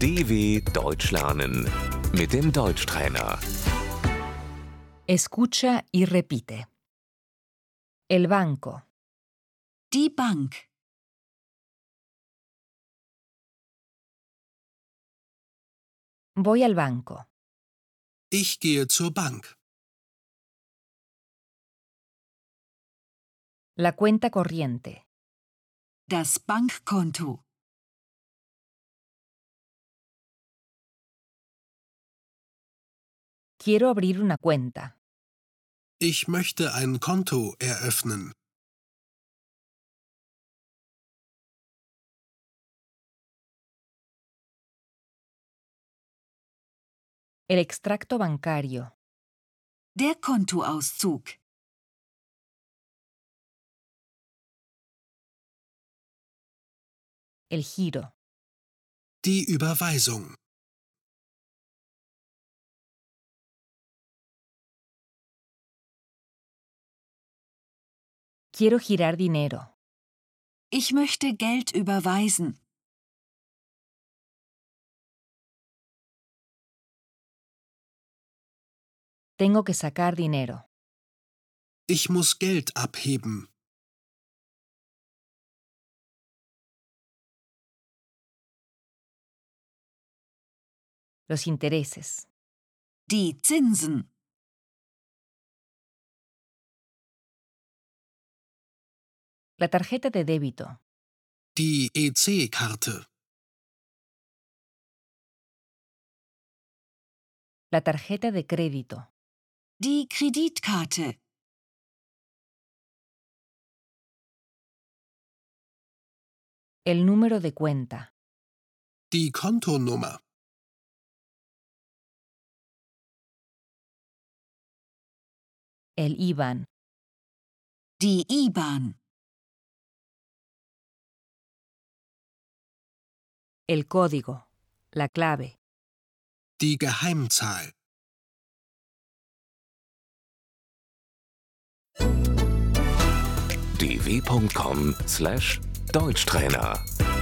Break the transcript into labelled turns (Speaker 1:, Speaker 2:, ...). Speaker 1: DW Deutsch lernen mit dem Deutschtrainer.
Speaker 2: Escucha y repite. El banco,
Speaker 3: Die Bank.
Speaker 2: voy al banco,
Speaker 4: Ich gehe zur Bank.
Speaker 2: la cuenta corriente,
Speaker 3: Das Bankkonto.
Speaker 2: quiero abrir una cuenta,
Speaker 4: Ich möchte ein Konto eröffnen.
Speaker 2: el extracto bancario,
Speaker 3: Der Kontoauszug.
Speaker 2: el giro,
Speaker 4: Die Überweisung.
Speaker 2: quiero girar dinero,
Speaker 3: Ich möchte Geld überweisen.
Speaker 2: tengo que sacar dinero,
Speaker 4: Ich muss Geld abheben.
Speaker 2: los intereses,
Speaker 3: Die Zinsen.
Speaker 2: la tarjeta de débito,
Speaker 4: Die E EC-Karte.
Speaker 2: la tarjeta de crédito,
Speaker 3: Die Kreditkarte.
Speaker 2: el número de cuenta,
Speaker 4: Die Kontonummer.
Speaker 2: el IBAN,
Speaker 3: Die IBAN.
Speaker 2: el código, la clave,
Speaker 4: Die Geheimzahl.
Speaker 1: dw.com/deutschtrainer